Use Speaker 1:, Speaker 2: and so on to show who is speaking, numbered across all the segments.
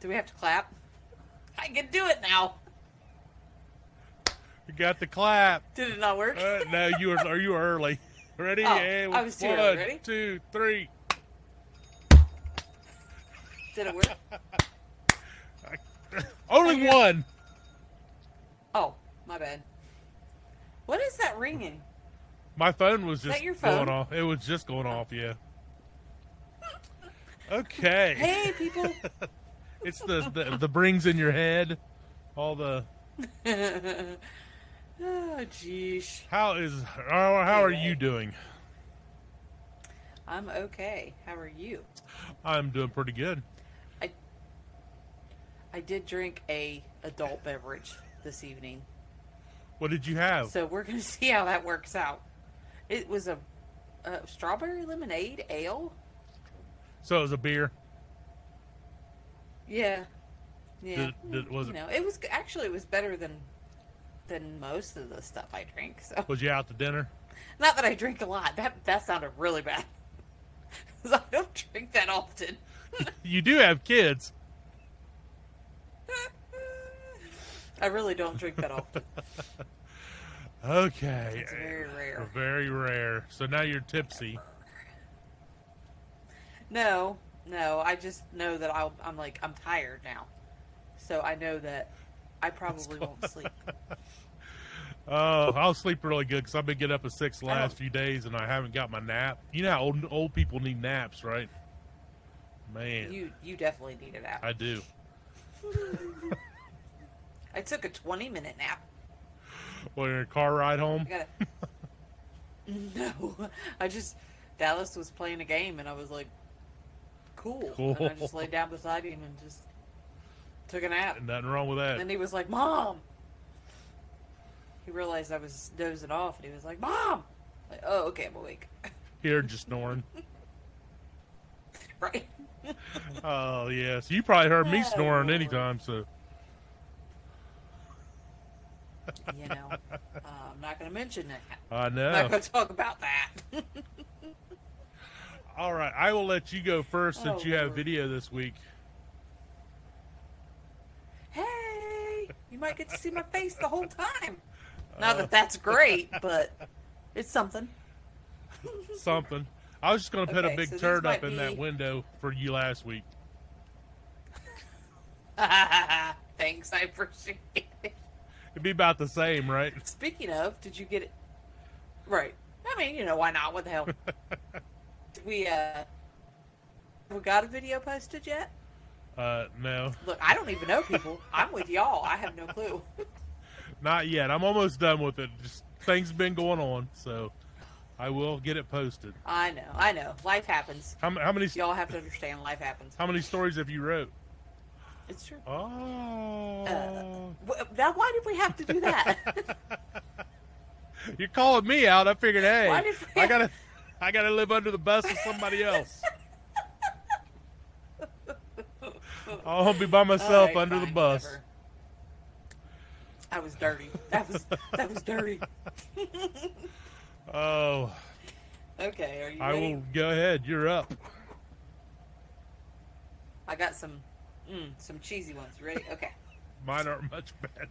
Speaker 1: Do we have to clap? I can do it now.
Speaker 2: You got the clap.
Speaker 1: Did it not work?
Speaker 2: Uh, no, you are, are you early? Ready?
Speaker 1: Oh,
Speaker 2: And
Speaker 1: I was too
Speaker 2: one,
Speaker 1: early. Ready?
Speaker 2: two, three.
Speaker 1: Did it work?
Speaker 2: Only
Speaker 1: Okay.
Speaker 2: one.
Speaker 1: Oh, my bad. What is that ringing?
Speaker 2: My phone was
Speaker 1: that
Speaker 2: just
Speaker 1: your phone?
Speaker 2: going off. It was just going off. Yeah. Okay.
Speaker 1: Hey, people.
Speaker 2: It's the, the the brings in your head. All the
Speaker 1: oh, jeez.
Speaker 2: how is how, how are you
Speaker 1: Anyway.
Speaker 2: doing?
Speaker 1: I'm okay. How are you?
Speaker 2: I'm doing pretty good.
Speaker 1: I did drink a adult beverage this evening,
Speaker 2: What did you have?
Speaker 1: so we're gonna see how that works out. It was a, a strawberry lemonade ale.
Speaker 2: So it was a beer.
Speaker 1: Yeah, yeah.
Speaker 2: Did- did- was
Speaker 1: you
Speaker 2: it-
Speaker 1: know, it was actually it was better than than most of the stuff I drink. So
Speaker 2: Was you out to dinner?
Speaker 1: not that I drink a lot. That that sounded really bad. 'Cause I don't drink that often.
Speaker 2: You do have kids.
Speaker 1: I really don't drink that often.
Speaker 2: Okay.
Speaker 1: It's very rare.
Speaker 2: Very rare. So now you're tipsy.
Speaker 1: No, no. I just know that I'll, I'm like I'm tired now, so I know that I probably won't sleep.
Speaker 2: Oh, I'll sleep really good because I've been getting up at six the
Speaker 1: I
Speaker 2: last
Speaker 1: don't-
Speaker 2: few days and I haven't got my nap. You know how old, old people need naps, right? Man,
Speaker 1: You you definitely need a nap.
Speaker 2: I do.
Speaker 1: I took a 20 minute nap.
Speaker 2: Well, your car ride home.
Speaker 1: I gotta. no, I just Dallas was playing a game and I was like, cool. And I just laid down beside him and just took a nap.
Speaker 2: Nothing wrong with
Speaker 1: And then
Speaker 2: that.
Speaker 1: he was like, Mom. He realized I was dozing off, and he was like, Mom. Like, oh, okay, I'm awake.
Speaker 2: Here, just snoring.
Speaker 1: right.
Speaker 2: Oh yes, you probably heard me
Speaker 1: Oh,
Speaker 2: snoring
Speaker 1: Lord.
Speaker 2: anytime. So
Speaker 1: You know, uh, I'm not going to mention that.
Speaker 2: I
Speaker 1: I'm not
Speaker 2: know.
Speaker 1: going to talk about that.
Speaker 2: All right, I will let you go first since
Speaker 1: Oh,
Speaker 2: you have
Speaker 1: Lord.
Speaker 2: video this week.
Speaker 1: hey, you might get to see my face the whole time. Not that that's great, but it's something.
Speaker 2: Something. I was just going to put a
Speaker 1: Okay,
Speaker 2: big
Speaker 1: so this
Speaker 2: turd
Speaker 1: might
Speaker 2: up in
Speaker 1: be-
Speaker 2: that window for you last week.
Speaker 1: Thanks, I appreciate it.
Speaker 2: It'd be about the same, right?
Speaker 1: Speaking of, did you get it? Right. I mean, you know, why not? What the hell? we uh, we got a video posted yet?
Speaker 2: Uh, no,
Speaker 1: Look, I don't even know people. I'm with y'all. I have no clue.
Speaker 2: not yet. I'm almost done with it. Just things been going on, so I will get it posted.
Speaker 1: I know. I know. Life happens.
Speaker 2: How, m- how many
Speaker 1: Y'all have to understand. Life happens.
Speaker 2: how many stories have you wrote?
Speaker 1: It's true.
Speaker 2: Oh,
Speaker 1: Uh. Wh- Now, why did we have to do that?
Speaker 2: you're calling me out. I figured, hey,
Speaker 1: Why did we-
Speaker 2: I gotta I gotta live under the bus with somebody else. I'll be by myself
Speaker 1: Alright,
Speaker 2: under the
Speaker 1: fine,
Speaker 2: bus.
Speaker 1: whatever. I was dirty. That was that was dirty.
Speaker 2: Oh,
Speaker 1: Okay, are you
Speaker 2: I
Speaker 1: ready?
Speaker 2: will go ahead. You're up.
Speaker 1: I got some mm, some cheesy ones. You Ready? Okay.
Speaker 2: Mine aren't much better.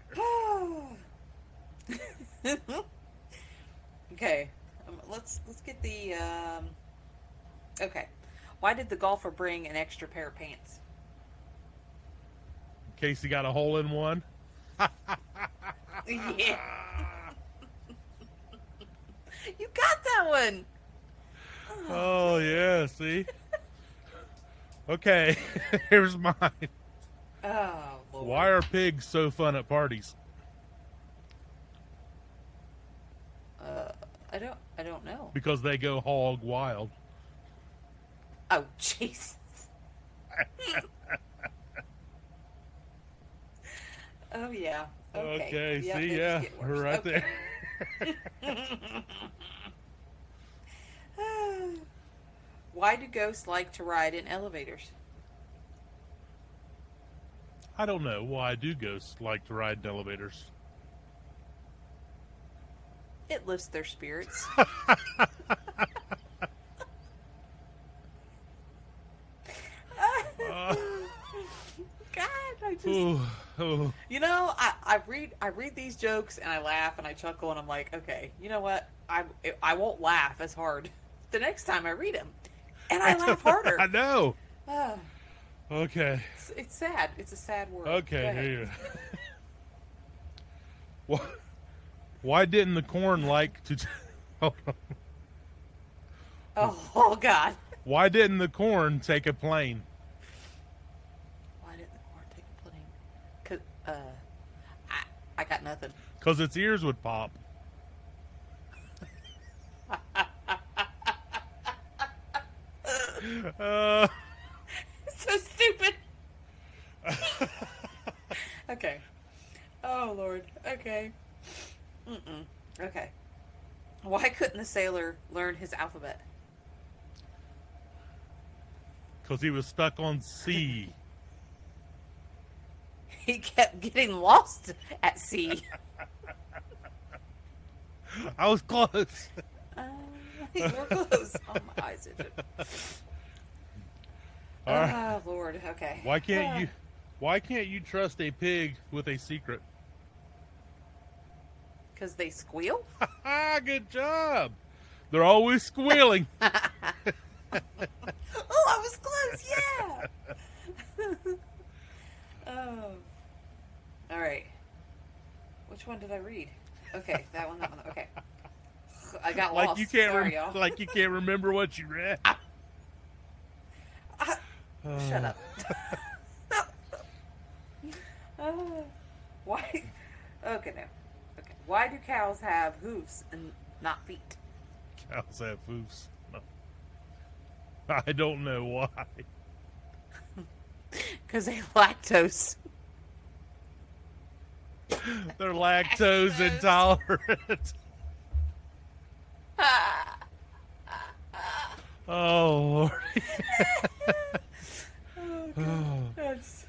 Speaker 1: okay. Um, let's let's get the um, okay. Why did the golfer bring an extra pair of pants?
Speaker 2: Casey got a hole in one.
Speaker 1: yeah. you got that one.
Speaker 2: Oh yeah, see. Okay, here's mine.
Speaker 1: Oh Lord.
Speaker 2: Why are pigs so fun at parties?
Speaker 1: Uh, I don't I don't know.
Speaker 2: Because they go hog wild.
Speaker 1: Oh Jesus. oh yeah. Okay.
Speaker 2: Okay,
Speaker 1: Yep, they
Speaker 2: see,
Speaker 1: just
Speaker 2: yeah,
Speaker 1: get worse.
Speaker 2: we're right
Speaker 1: Okay. Why do ghosts like to ride in elevators?
Speaker 2: there. I don't know why do ghosts like to ride in elevators.
Speaker 1: It lifts their spirits.
Speaker 2: Uh,
Speaker 1: God just
Speaker 2: Ooh, ooh.
Speaker 1: you know, I, I read I read these jokes and I laugh and I chuckle and I'm like, okay, you know what? I I won't laugh as hard the next time I read them, and I laugh harder.
Speaker 2: I know.
Speaker 1: Ah,
Speaker 2: Okay.
Speaker 1: it's, it's sad. It's a sad word. Go
Speaker 2: Okay,
Speaker 1: ahead.
Speaker 2: here you Why, why didn't the corn like to? Hold on.
Speaker 1: Oh, oh God.
Speaker 2: Why didn't the corn take a plane?
Speaker 1: Why didn't the corn take a plane? Cause uh, I I got nothing.
Speaker 2: Cause its ears would pop. Uh,
Speaker 1: so stupid. okay. Oh Lord. Okay. Mm-mm. Okay. Why couldn't the sailor learn his alphabet?
Speaker 2: cause he was stuck on C.
Speaker 1: He kept getting lost at sea.
Speaker 2: I was close.
Speaker 1: Um, you were close. Oh my eyes itching.
Speaker 2: All right.
Speaker 1: Oh Lord. Okay.
Speaker 2: Why can't
Speaker 1: Ah.
Speaker 2: you? Why can't you trust a pig with a secret?
Speaker 1: Because they squeal.
Speaker 2: Good job. They're always squealing.
Speaker 1: oh, I was close. Yeah. oh. All right. Which one did I read? Okay, that one. That one. Okay. I got
Speaker 2: like
Speaker 1: lost.
Speaker 2: you can't
Speaker 1: Sorry,
Speaker 2: rem-
Speaker 1: y'all.
Speaker 2: like you can't remember what you read.
Speaker 1: Ah, Shut
Speaker 2: Uh,
Speaker 1: up. Oh. why? Okay, now. Okay. Why do cows have hooves and not feet?
Speaker 2: Cows have hooves. No. I don't know why.
Speaker 1: Because they lactose.
Speaker 2: They're lactose intolerant.
Speaker 1: Oh,
Speaker 2: oh,
Speaker 1: God.
Speaker 2: Lord.
Speaker 1: That's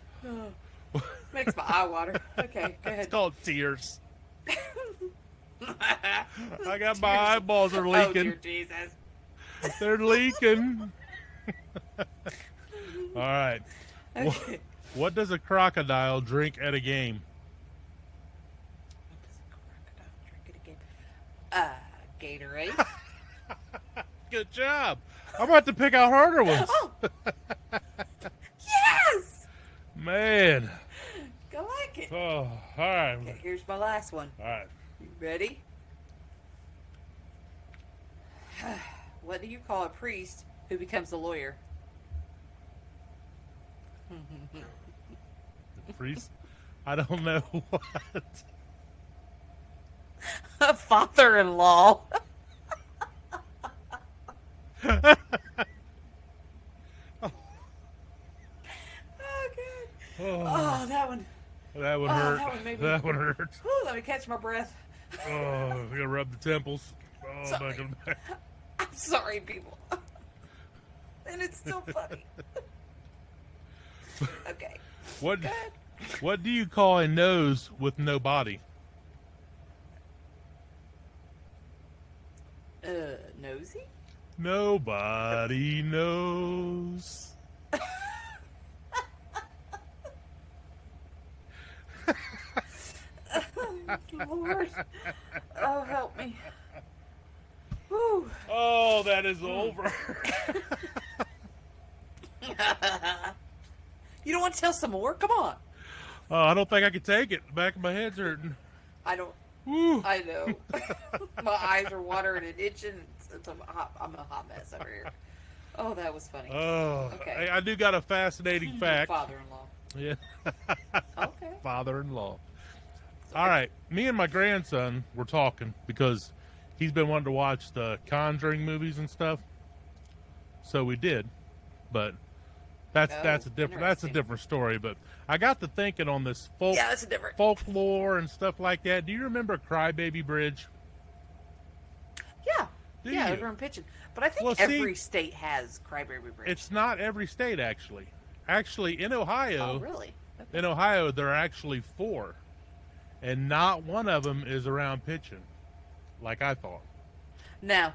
Speaker 1: oh. makes my eye water. Okay, go
Speaker 2: it's
Speaker 1: ahead.
Speaker 2: called tears. I got my eyeballs are
Speaker 1: Oh
Speaker 2: leaking.
Speaker 1: dear Jesus!
Speaker 2: They're leaking. All right.
Speaker 1: Okay.
Speaker 2: What does a crocodile drink at a game?
Speaker 1: What does a crocodile drink at a game? Uh, Gatorade.
Speaker 2: Good job. I'm about to pick out harder ones.
Speaker 1: oh. yes,
Speaker 2: Man.
Speaker 1: I like it.
Speaker 2: Oh, all right.
Speaker 1: Okay, here's my last one.
Speaker 2: All right.
Speaker 1: You ready? what do you call a priest who becomes a lawyer?
Speaker 2: The priest. I don't know what.
Speaker 1: A father-in-law. oh god.
Speaker 2: Oh,
Speaker 1: Oh, that one.
Speaker 2: that would
Speaker 1: oh,
Speaker 2: hurt.
Speaker 1: that one made me-
Speaker 2: That would hurt.
Speaker 1: Whew, let me catch my breath.
Speaker 2: Oh, I'm gonna rub the temples. Oh,
Speaker 1: Sorry.
Speaker 2: back and back.
Speaker 1: I'm sorry, people. and it's still funny. okay.
Speaker 2: What?
Speaker 1: Go ahead.
Speaker 2: What do you call a nose with no body?
Speaker 1: Uh, nosy?
Speaker 2: Nobody knows.
Speaker 1: Lord. Oh, help me. Whew.
Speaker 2: Oh, that
Speaker 1: Hmm.
Speaker 2: is over.
Speaker 1: you don't want to tell some more? Come on.
Speaker 2: Oh, I don't think I could take it. The back of my head's hurting.
Speaker 1: I don't.
Speaker 2: Woo.
Speaker 1: I know. my eyes are watering and itching. It's, it's a hot, I'm a hot mess over here. Oh, that was funny.
Speaker 2: Oh,
Speaker 1: Okay.
Speaker 2: I, I do got a fascinating fact.
Speaker 1: Father-in-law.
Speaker 2: Yeah.
Speaker 1: Okay.
Speaker 2: father-in-law. All right, me and my grandson were talking because he's been wanting to watch the Conjuring movies and stuff. So we did, but that's
Speaker 1: Oh,
Speaker 2: that's a different that's a
Speaker 1: interesting.
Speaker 2: different story. But I got to thinking on this folk
Speaker 1: Yeah, that's different.
Speaker 2: folklore and stuff like that. Do you remember Crybaby Bridge?
Speaker 1: Yeah.
Speaker 2: Do
Speaker 1: yeah,
Speaker 2: you?
Speaker 1: over in Pigeon. But I think
Speaker 2: Well, see-
Speaker 1: every state has Cryberry Bridge.
Speaker 2: It's not every state actually. Actually, in Ohio,
Speaker 1: oh, really?
Speaker 2: in Ohio, there are actually four, and not one of them is around pitching, like I thought.
Speaker 1: No,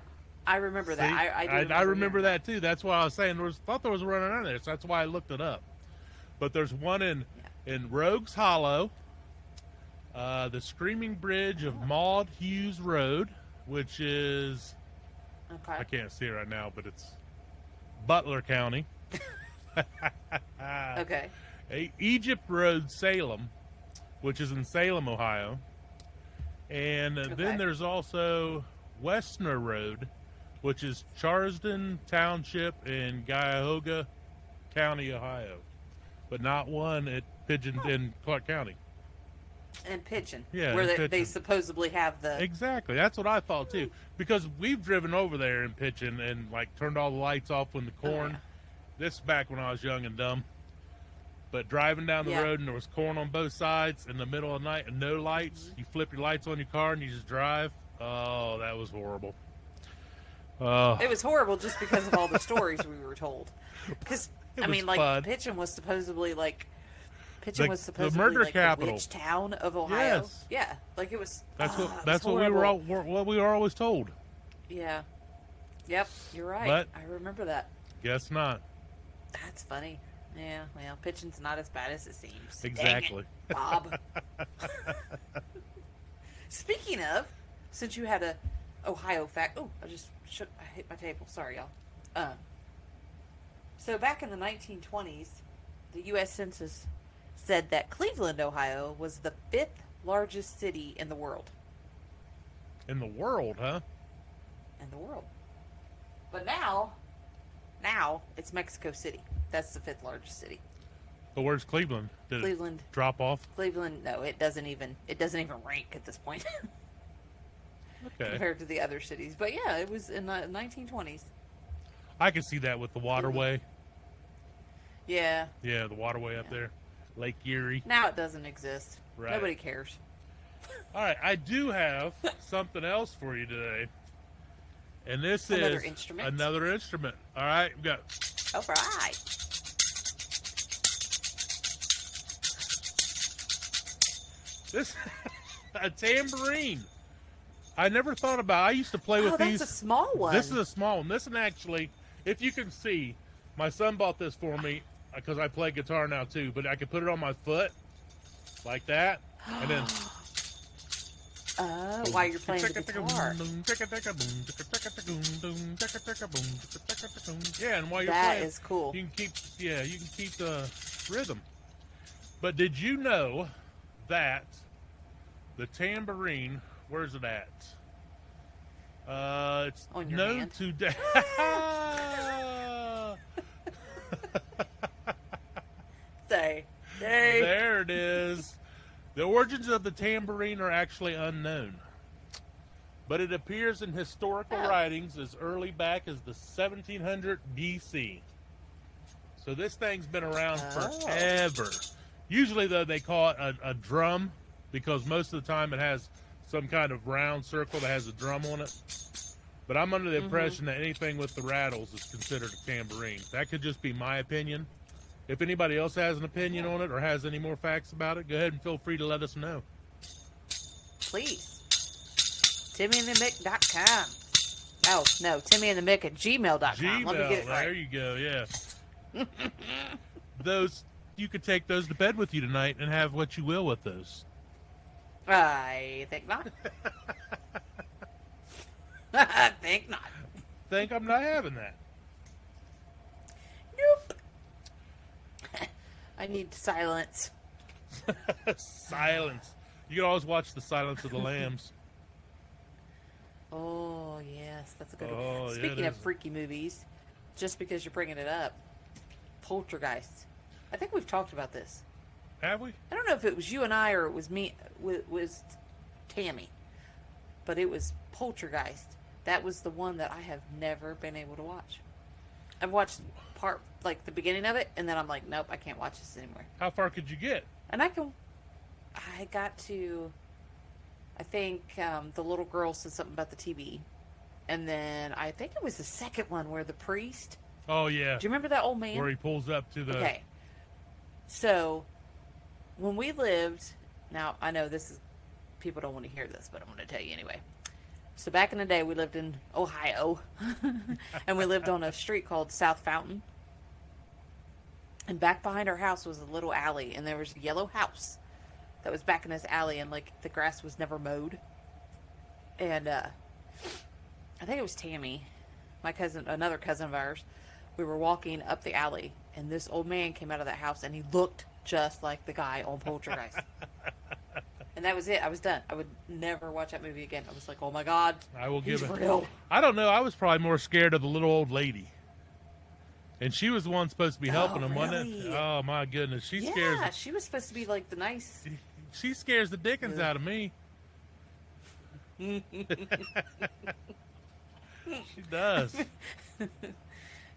Speaker 1: I remember that.
Speaker 2: See?
Speaker 1: I, I, do
Speaker 2: I,
Speaker 1: remember,
Speaker 2: remember
Speaker 1: hearing
Speaker 2: that too. That's why I was saying there was thought there was running on there, so that's why I looked it up. But there's one in
Speaker 1: Yeah.
Speaker 2: in Rogues Hollow, uh, the Screaming Bridge of Maud Hughes Road, which is
Speaker 1: Okay.
Speaker 2: I can't see it right now, but it's Butler County.
Speaker 1: Okay.
Speaker 2: a Egypt Road, Salem, which is in Salem, Ohio. And uh,
Speaker 1: Okay.
Speaker 2: then there's also Westner Road, which is Charsden Township in Cuyahoga County, Ohio. But not one at Pigeon in Clark County.
Speaker 1: And pigeon.
Speaker 2: Yeah,
Speaker 1: Where
Speaker 2: and
Speaker 1: they, they
Speaker 2: Pigeon.
Speaker 1: supposedly have the.
Speaker 2: Exactly. That's what I thought too. Because we've driven over there in Pigeon and like turned all the lights off when the corn.
Speaker 1: Oh, yeah.
Speaker 2: This back when I was young and dumb. But driving down the
Speaker 1: Yeah.
Speaker 2: road and there was corn on both sides in the middle of the night and no lights.
Speaker 1: Mm-hmm.
Speaker 2: You flip your lights on your car and you just drive. Oh, that was horrible. Oh,
Speaker 1: It was horrible just because of all the stories we were told. Because
Speaker 2: It
Speaker 1: I
Speaker 2: was
Speaker 1: mean, like
Speaker 2: fun.
Speaker 1: Pigeon was supposedly like Pigeon
Speaker 2: The-
Speaker 1: was
Speaker 2: the
Speaker 1: supposedly
Speaker 2: murder
Speaker 1: like the
Speaker 2: capital.
Speaker 1: witch town of Ohio.
Speaker 2: Yes.
Speaker 1: Yeah, like it was.
Speaker 2: that's
Speaker 1: oh, it was
Speaker 2: what that's what we were all
Speaker 1: horrible.
Speaker 2: were- what we were always told.
Speaker 1: Yeah. Yep, you're right.
Speaker 2: But-
Speaker 1: I remember that.
Speaker 2: Guess not.
Speaker 1: That's funny. Yeah, well, Pigeon's not as bad as it seems. Dang it,
Speaker 2: Exactly.
Speaker 1: Bob. Speaking of, since you had a Ohio fact, oh, I just shook, I hit my table. Sorry, y'all. Uh, so back in the 1920s, the U.S. Census said that Cleveland, Ohio, was the fifth largest city in the world.
Speaker 2: In the world, huh?
Speaker 1: In the world. But now, now it's Mexico City. That's the fifth largest city.
Speaker 2: But where's Cleveland? Did
Speaker 1: Cleveland.
Speaker 2: it drop off?
Speaker 1: Cleveland, no, it doesn't even it doesn't even rank at this point
Speaker 2: Okay.
Speaker 1: compared to the other cities. But yeah, it was in the 1920s.
Speaker 2: I can see that with the waterway.
Speaker 1: Yeah,
Speaker 2: Yeah, the waterway up
Speaker 1: Yeah.
Speaker 2: there, Lake Erie.
Speaker 1: now it doesn't exist.
Speaker 2: Right.
Speaker 1: Nobody cares.
Speaker 2: All right, I do have something else for you today, and this
Speaker 1: Another
Speaker 2: is
Speaker 1: instrument?
Speaker 2: Another instrument. All right, we got
Speaker 1: All Oh, right.
Speaker 2: this a tambourine. I never thought about. I used to play
Speaker 1: Oh,
Speaker 2: with
Speaker 1: that's
Speaker 2: these.
Speaker 1: a small one.
Speaker 2: This is a small one. This one actually, if you can see, my son bought this for me because I play guitar now too. But I could put it on my foot like that, and then
Speaker 1: oh, while you're playing the guitar.
Speaker 2: Yeah, and while you're
Speaker 1: That
Speaker 2: playing,
Speaker 1: is cool.
Speaker 2: you can keep yeah, you can keep the rhythm. But did you know that the tambourine? Where's it at? Uh, it's
Speaker 1: On your
Speaker 2: known
Speaker 1: hand.
Speaker 2: today.
Speaker 1: Say, say.
Speaker 2: there it is. The origins of the tambourine are actually unknown, but it appears in historical
Speaker 1: Oh.
Speaker 2: writings as early back as the 1700 BC. So this thing's been around
Speaker 1: Oh.
Speaker 2: forever. Usually, though, they call it a, a drum because most of the time it has some kind of round circle that has a drum on it. But I'm under the
Speaker 1: Mhm.
Speaker 2: impression that anything with the rattles is considered a tambourine. That could just be my opinion. If anybody else has an opinion on it or has any more facts about it, go ahead and feel free to let us know.
Speaker 1: please. TimmyandTheMick.com. Oh, no, TimmyandTheMick at gmail.com.
Speaker 2: Gmail,
Speaker 1: Let me get it
Speaker 2: there
Speaker 1: right.
Speaker 2: you go. Yeah, those you could take those to bed with you tonight and have what you will with those.
Speaker 1: I think not. I think not.
Speaker 2: Think I'm not having that.
Speaker 1: Nope. I need silence.
Speaker 2: Silence. You can always watch the Silence of the Lambs.
Speaker 1: Oh yes, that's a good one.
Speaker 2: Oh, yeah, it
Speaker 1: Speaking of
Speaker 2: is.
Speaker 1: freaky movies, just because you're bringing it up, Poltergeist. I think we've talked about this.
Speaker 2: Have we?
Speaker 1: I don't know if it was you and I or it was me. It was Tammy, but it was Poltergeist. That was the one that I have never been able to watch. I've watched part like the beginning of it, and then I'm like, nope, I can't watch this anymore.
Speaker 2: How far could you get?
Speaker 1: And I can. I got to. I think um, the little girl said something about the TV, and then I think it was the second one where the priest.
Speaker 2: Oh yeah,
Speaker 1: Do you remember that old man?
Speaker 2: where he pulls up to the.
Speaker 1: Okay. So, when we lived, now I know this is people don't want to hear this, but I'm going to tell you anyway. So back in the day, we lived in Ohio, and we lived on a street called South Fountain, And back behind our house was a little alley, and there was a yellow house that was back in this alley, and like the grass was never mowed. And uh, I think it was Tammy, my cousin, another cousin of ours. We were walking up the alley, and this old man came out of that house, and he looked just like the guy on Poltergeist. and that was it. I was done. I would never watch that movie again. I was like, oh my god,
Speaker 2: I will give
Speaker 1: he's
Speaker 2: it.
Speaker 1: real.
Speaker 2: I don't know. I was probably more scared of the little old lady. And she was the one supposed to be helping
Speaker 1: Oh,
Speaker 2: him, wasn't it?
Speaker 1: really?
Speaker 2: Oh my goodness, she scares
Speaker 1: yeah, she was supposed to be like the nice.
Speaker 2: she scares the dickens
Speaker 1: Yeah.
Speaker 2: out of me. she does.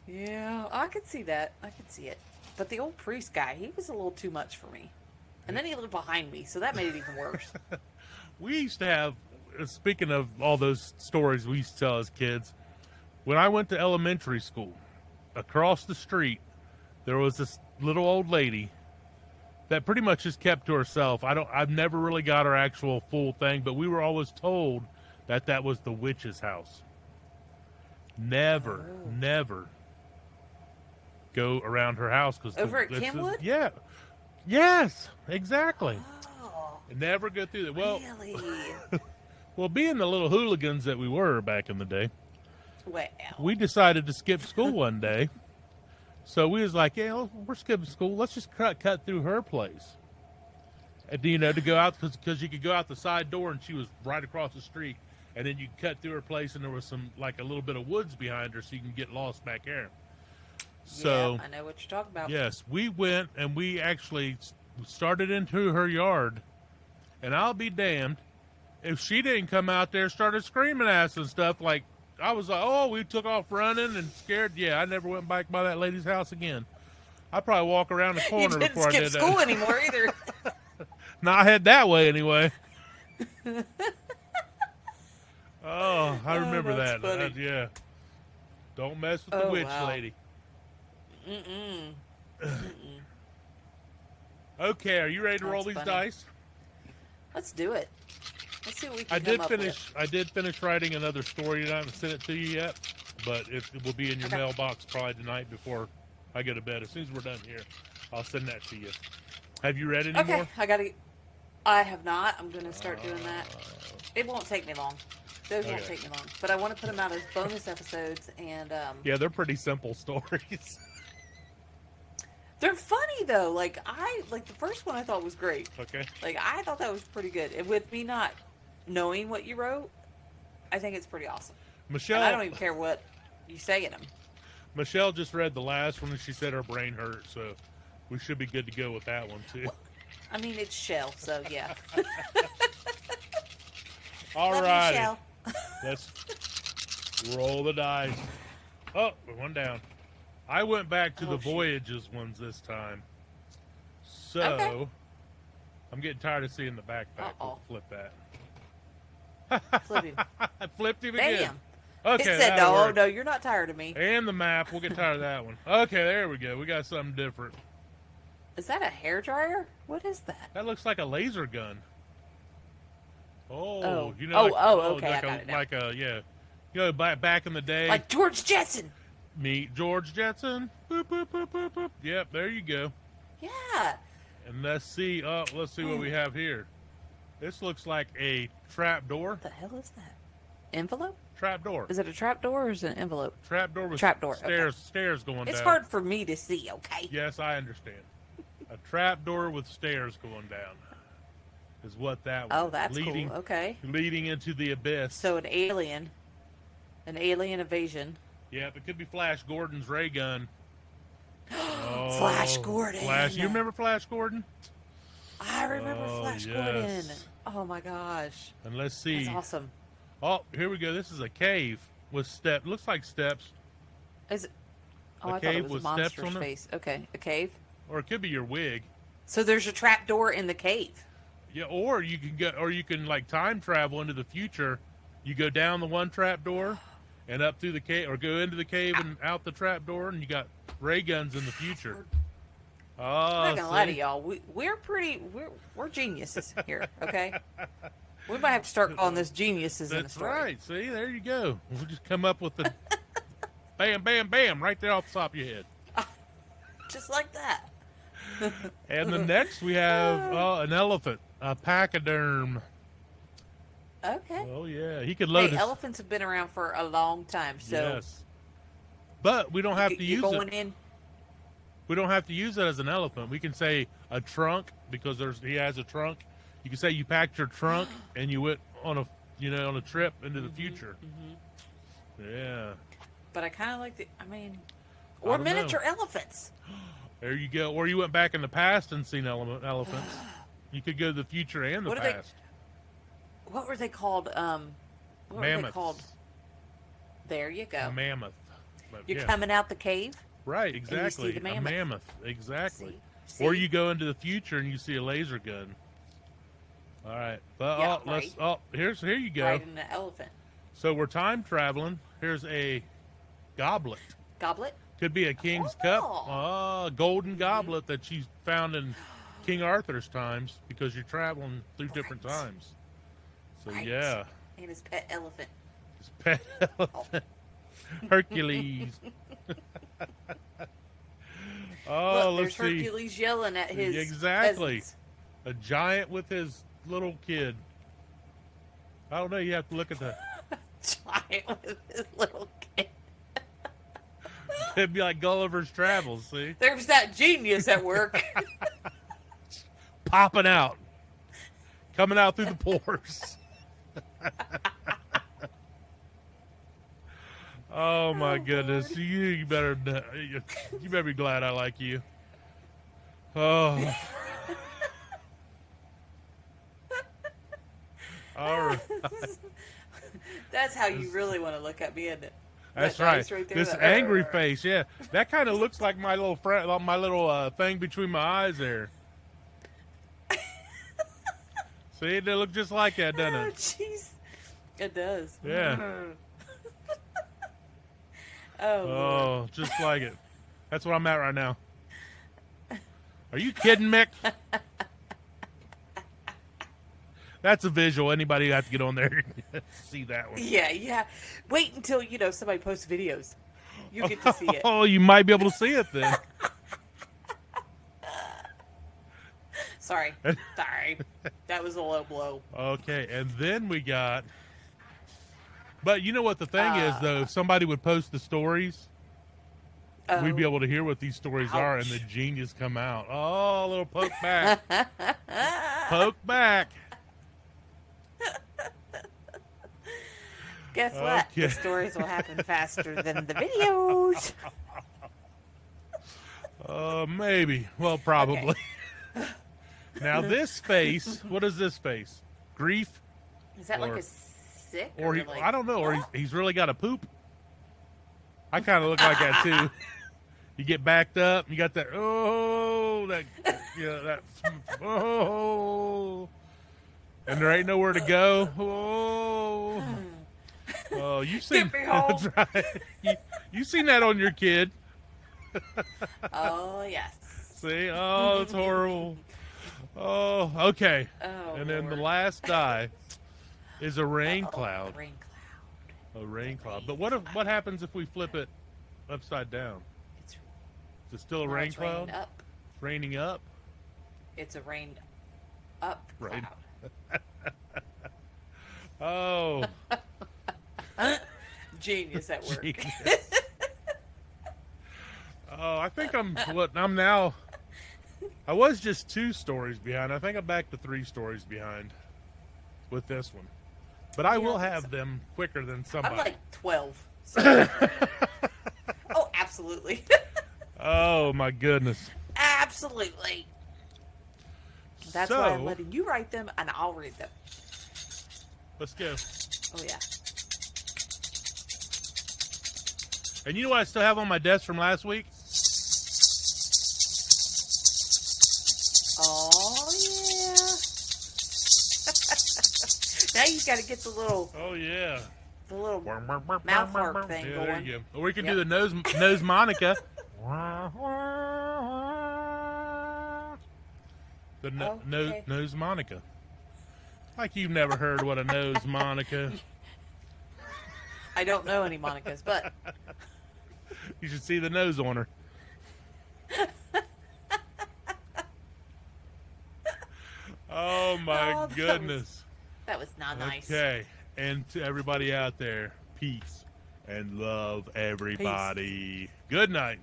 Speaker 1: Yeah, I could see that. I could see it. But the old priest guy, he was a little too much for me. And then he lived behind me, so that made it even worse.
Speaker 2: We used to have. uh, Speaking of all those stories we used to tell as kids, when I went to elementary school, across the street, there was this little old lady that pretty much just kept to herself. I don't. I've never really got her actual full thing, but we were always told that that was the witch's house. Never,
Speaker 1: Oh.
Speaker 2: never go around her house because
Speaker 1: Over at Kenwood?
Speaker 2: Yeah. Yes, exactly.
Speaker 1: oh,
Speaker 2: Never go through that. Well,
Speaker 1: really?
Speaker 2: well, being the little hooligans that we were back in the day,
Speaker 1: well,
Speaker 2: we decided to skip school one day. So we was like, yeah, we're skipping school. Let's just cut cut through her place. And, you know, to go out because you could go out the side door and she was right across the street, and then you cut through her place and there was some like a little bit of woods behind her, so you can get lost back there. So
Speaker 1: yeah, I know what you're talking about.
Speaker 2: Yes, we went and we actually s- started into her yard, and I'll be damned if she didn't come out there started screaming at us and stuff. Like I was like, oh, we took off running and scared. Yeah, I never went back by that lady's house again. I probably walk around the
Speaker 1: you
Speaker 2: corner
Speaker 1: didn't
Speaker 2: before
Speaker 1: skip
Speaker 2: I did
Speaker 1: school
Speaker 2: that.
Speaker 1: anymore either.
Speaker 2: Not head that way anyway. oh, I
Speaker 1: Oh,
Speaker 2: remember
Speaker 1: that's
Speaker 2: that.
Speaker 1: funny.
Speaker 2: That- Yeah. Don't mess with the
Speaker 1: Oh,
Speaker 2: witch
Speaker 1: wow.
Speaker 2: lady.
Speaker 1: Mm-mm. Mm-mm.
Speaker 2: Okay, are you ready to roll
Speaker 1: That's
Speaker 2: these
Speaker 1: funny.
Speaker 2: dice?
Speaker 1: Let's do it. Let's see what we can
Speaker 2: I
Speaker 1: come
Speaker 2: did
Speaker 1: up
Speaker 2: finish. I did finish writing another story, and I haven't sent it to you yet. But it, it will be in your
Speaker 1: Okay.
Speaker 2: mailbox probably tonight before I go to bed. As soon as we're done here, I'll send that to you. Have you read any
Speaker 1: With. Okay,
Speaker 2: more?
Speaker 1: I gotta. I have not. I'm gonna start doing that. It won't take me long. Those won't
Speaker 2: Uh, Okay.
Speaker 1: take me long. But I want to put them out as bonus episodes, and um,
Speaker 2: Yeah, they're pretty simple stories.
Speaker 1: they're funny though. Like I like the first one I thought was great.
Speaker 2: okay.
Speaker 1: Like I thought that was pretty good. And with me not knowing what you wrote, I think it's pretty awesome. And I don't
Speaker 2: Michelle.
Speaker 1: even care what you say in them.
Speaker 2: Michelle just read the last one, and she said her brain hurt, so we should be good to go with that one too.
Speaker 1: I mean, it's Shell, so yeah.
Speaker 2: All
Speaker 1: Love you,
Speaker 2: right,
Speaker 1: Shell.
Speaker 2: let's roll the dice. Oh, we're one down. I went back to
Speaker 1: Oh,
Speaker 2: the
Speaker 1: shoot.
Speaker 2: voyages ones this time, so
Speaker 1: Okay.
Speaker 2: I'm getting tired of seeing the backpack.
Speaker 1: Uh-oh.
Speaker 2: We'll flip that.
Speaker 1: Flip him.
Speaker 2: I flipped him again.
Speaker 1: Damn.
Speaker 2: Okay,
Speaker 1: it said,
Speaker 2: that'll
Speaker 1: no,
Speaker 2: work.
Speaker 1: no, you're not tired of me.
Speaker 2: And the map. We'll get tired of that one. Okay, there we go. We got something different.
Speaker 1: Is that a hair dryer? What is that?
Speaker 2: That looks like a laser gun. Oh,
Speaker 1: Oh.
Speaker 2: you know,
Speaker 1: Oh,
Speaker 2: like,
Speaker 1: oh, okay,
Speaker 2: like
Speaker 1: I got
Speaker 2: a,
Speaker 1: it now.
Speaker 2: like a yeah, you know, back back in the day,
Speaker 1: Like George Jetson.
Speaker 2: meet George Jetson. Boop, boop, boop, boop, boop. Yep, there you go.
Speaker 1: Yeah.
Speaker 2: And let's see, uh, let's see what we have here. This looks like a trap door.
Speaker 1: What the hell is that? Envelope?
Speaker 2: Trap door.
Speaker 1: Is it a trap door or is it an envelope?
Speaker 2: Trap door with
Speaker 1: Trap door, okay.
Speaker 2: stairs. Stairs going down.
Speaker 1: It's hard for me to see, okay?
Speaker 2: Yes, I understand. A trap door with stairs going down is what that was.
Speaker 1: Oh, that's
Speaker 2: leading,
Speaker 1: cool. Okay.
Speaker 2: Leading into the abyss.
Speaker 1: So an alien, an alien invasion.
Speaker 2: Yep, it could be Flash Gordon's ray gun. Oh,
Speaker 1: Flash Gordon.
Speaker 2: Flash, you remember Flash Gordon?
Speaker 1: I remember
Speaker 2: Oh,
Speaker 1: Flash Gordon.
Speaker 2: yes.
Speaker 1: Oh my gosh,
Speaker 2: And let's see.
Speaker 1: that's awesome.
Speaker 2: Oh, here we go. This is a cave with step. Looks like steps,
Speaker 1: Is it? Oh,
Speaker 2: A
Speaker 1: I thought
Speaker 2: cave
Speaker 1: it
Speaker 2: with
Speaker 1: was a
Speaker 2: steps
Speaker 1: monster's
Speaker 2: on it?
Speaker 1: face. Okay, a cave.
Speaker 2: or it could be your wig.
Speaker 1: So there's a trap door in the cave.
Speaker 2: Yeah, or you can go, or you can like time travel into the future. You go down the one trap door, and up through the cave, or go into the cave and out the trap door, and you got ray guns in the future. Oh,
Speaker 1: I'm not gonna lie to
Speaker 2: see?
Speaker 1: y'all. We, we're pretty. We're we're geniuses here. Okay. we might have to start calling this geniuses in the
Speaker 2: That's
Speaker 1: story.
Speaker 2: right. See, there you go. We'll just come up with the bam, bam, bam, right there off the top of your head.
Speaker 1: Just like that.
Speaker 2: And the next we have uh, an elephant, a pachyderm.
Speaker 1: Okay.
Speaker 2: Oh yeah, he could load
Speaker 1: Hey,
Speaker 2: his.
Speaker 1: elephants have been around for a long time, so
Speaker 2: Yes. But we don't have to
Speaker 1: you- you're
Speaker 2: use
Speaker 1: going
Speaker 2: it.
Speaker 1: in.
Speaker 2: We don't have to use it as an elephant. We can say a trunk because there's he has a trunk. You can say you packed your trunk and you went on a you know on a trip into the future.
Speaker 1: hmm
Speaker 2: Yeah.
Speaker 1: But I kind of like the. I mean,
Speaker 2: I
Speaker 1: or
Speaker 2: don't know.
Speaker 1: miniature elephants.
Speaker 2: There you go. Or you went back in the past and seen ele- elephants. You could go to the future and the
Speaker 1: What are they-
Speaker 2: past.
Speaker 1: What were they called? Um, what were they
Speaker 2: Mammoths.
Speaker 1: called? There you go.
Speaker 2: Mammoth. But
Speaker 1: You're
Speaker 2: yeah.
Speaker 1: coming out the cave.
Speaker 2: right,
Speaker 1: see the
Speaker 2: exactly.
Speaker 1: mammoth.
Speaker 2: A mammoth. Exactly.
Speaker 1: See?
Speaker 2: Or
Speaker 1: See?
Speaker 2: you go into the future and you see a laser gun. All right. But
Speaker 1: Yeah,
Speaker 2: oh, let's
Speaker 1: right.
Speaker 2: oh, here's here you go.
Speaker 1: riding an elephant
Speaker 2: So we're time traveling. Here's a goblet.
Speaker 1: goblet.
Speaker 2: Could be a king's
Speaker 1: Oh.
Speaker 2: cup. Ah, golden goblet that you found in King Arthur's times because you're traveling through different
Speaker 1: Right.
Speaker 2: times. So
Speaker 1: Right.
Speaker 2: yeah.
Speaker 1: and his pet elephant.
Speaker 2: His pet elephant. Hercules. oh,
Speaker 1: Look, there's
Speaker 2: let's see.
Speaker 1: Hercules yelling at his
Speaker 2: Exactly.
Speaker 1: peasants.
Speaker 2: A giant with his little kid. I don't know. You have to look at the.
Speaker 1: giant with his little kid.
Speaker 2: It'd be like Gulliver's Travels. See,
Speaker 1: There's that genius at work.
Speaker 2: popping out, coming out through the pores. oh my
Speaker 1: Oh,
Speaker 2: goodness!
Speaker 1: Lord.
Speaker 2: You, you better. You better be glad I like you. Oh. All right.
Speaker 1: That's how you really want to look at me, isn't it?
Speaker 2: That's
Speaker 1: That
Speaker 2: right.
Speaker 1: face right there,
Speaker 2: this
Speaker 1: that-
Speaker 2: angry face, yeah. That kind of looks like my little friend, my little uh, thing between my eyes there. See, it look just like that, doesn't
Speaker 1: Oh,
Speaker 2: it?
Speaker 1: jeez. It does.
Speaker 2: Yeah.
Speaker 1: oh. Lord.
Speaker 2: Oh, just like it. That's what I'm at right now. Are you kidding, Mick? That's a visual. Anybody have to get on there and see that one?
Speaker 1: Yeah, yeah. Wait until, you know, somebody posts videos. You get to see it.
Speaker 2: oh, you might be able to see it then.
Speaker 1: Sorry. Sorry. That was a low blow.
Speaker 2: Okay, and then we got. But you know what the thing
Speaker 1: Ah.
Speaker 2: is, though, if somebody would post the stories,
Speaker 1: Oh.
Speaker 2: we'd be able to hear what these stories are, and the
Speaker 1: Ouch.
Speaker 2: genius come out. Oh, a little poke back, poke back.
Speaker 1: Um, Guess what?
Speaker 2: Okay.
Speaker 1: The stories will happen faster than the videos.
Speaker 2: Uh, maybe. Well, probably. now this face. What is this face? Grief,
Speaker 1: Is that
Speaker 2: Or-
Speaker 1: like a sick?
Speaker 2: or he,
Speaker 1: like,
Speaker 2: I don't know, or he's, he's really got a poop. I kind of look like that too. You get backed up. You got that. Oh, that. Yeah, that. sm- Oh, and there ain't nowhere to go. Oh, oh, you seen?
Speaker 1: me home.
Speaker 2: That's right. You, you seen that on your kid?
Speaker 1: Oh yes.
Speaker 2: See? Oh, it's horrible. Oh, okay.
Speaker 1: Oh.
Speaker 2: and then the
Speaker 1: Lord.
Speaker 2: last die is a rain
Speaker 1: Uh-oh,
Speaker 2: cloud.
Speaker 1: Rain cloud.
Speaker 2: A rain cloud.
Speaker 1: rain
Speaker 2: But what if what happens if we flip it upside down?
Speaker 1: It's,
Speaker 2: Is it still a
Speaker 1: no,
Speaker 2: rain
Speaker 1: Uh, it's raining
Speaker 2: cloud?
Speaker 1: Up.
Speaker 2: Raining up?
Speaker 1: It's a rained up
Speaker 2: Rain-
Speaker 1: cloud.
Speaker 2: Oh,
Speaker 1: Genius at work.
Speaker 2: genius. oh, I think I'm what I'm now. I was just two stories behind. I think I'm back to three stories behind with this one. But I
Speaker 1: Yeah, I
Speaker 2: will
Speaker 1: think
Speaker 2: have
Speaker 1: so.
Speaker 2: them quicker than somebody.
Speaker 1: I'm like twelve. So. oh, absolutely,
Speaker 2: Oh my goodness.
Speaker 1: absolutely. That's why I'm
Speaker 2: So-
Speaker 1: letting you write them, and I'll read them.
Speaker 2: Let's go.
Speaker 1: Oh yeah.
Speaker 2: And you know what I still have on my desk from last week?
Speaker 1: Oh yeah. now you got to get the little
Speaker 2: Oh yeah.
Speaker 1: the little
Speaker 2: Mouth
Speaker 1: harp thing
Speaker 2: Yeah, there
Speaker 1: going.
Speaker 2: you go. Or we can
Speaker 1: Yep.
Speaker 2: do the nose nose Monica. The no, no,
Speaker 1: Oh, Okay.
Speaker 2: nose Monica. Like you've never heard what a nose Monica.
Speaker 1: I don't know any Monica's, but
Speaker 2: You should see the nose on her. Oh my
Speaker 1: Oh, that was-
Speaker 2: goodness.
Speaker 1: That was not nice.
Speaker 2: Okay. And to everybody out there, peace and love everybody. Good night.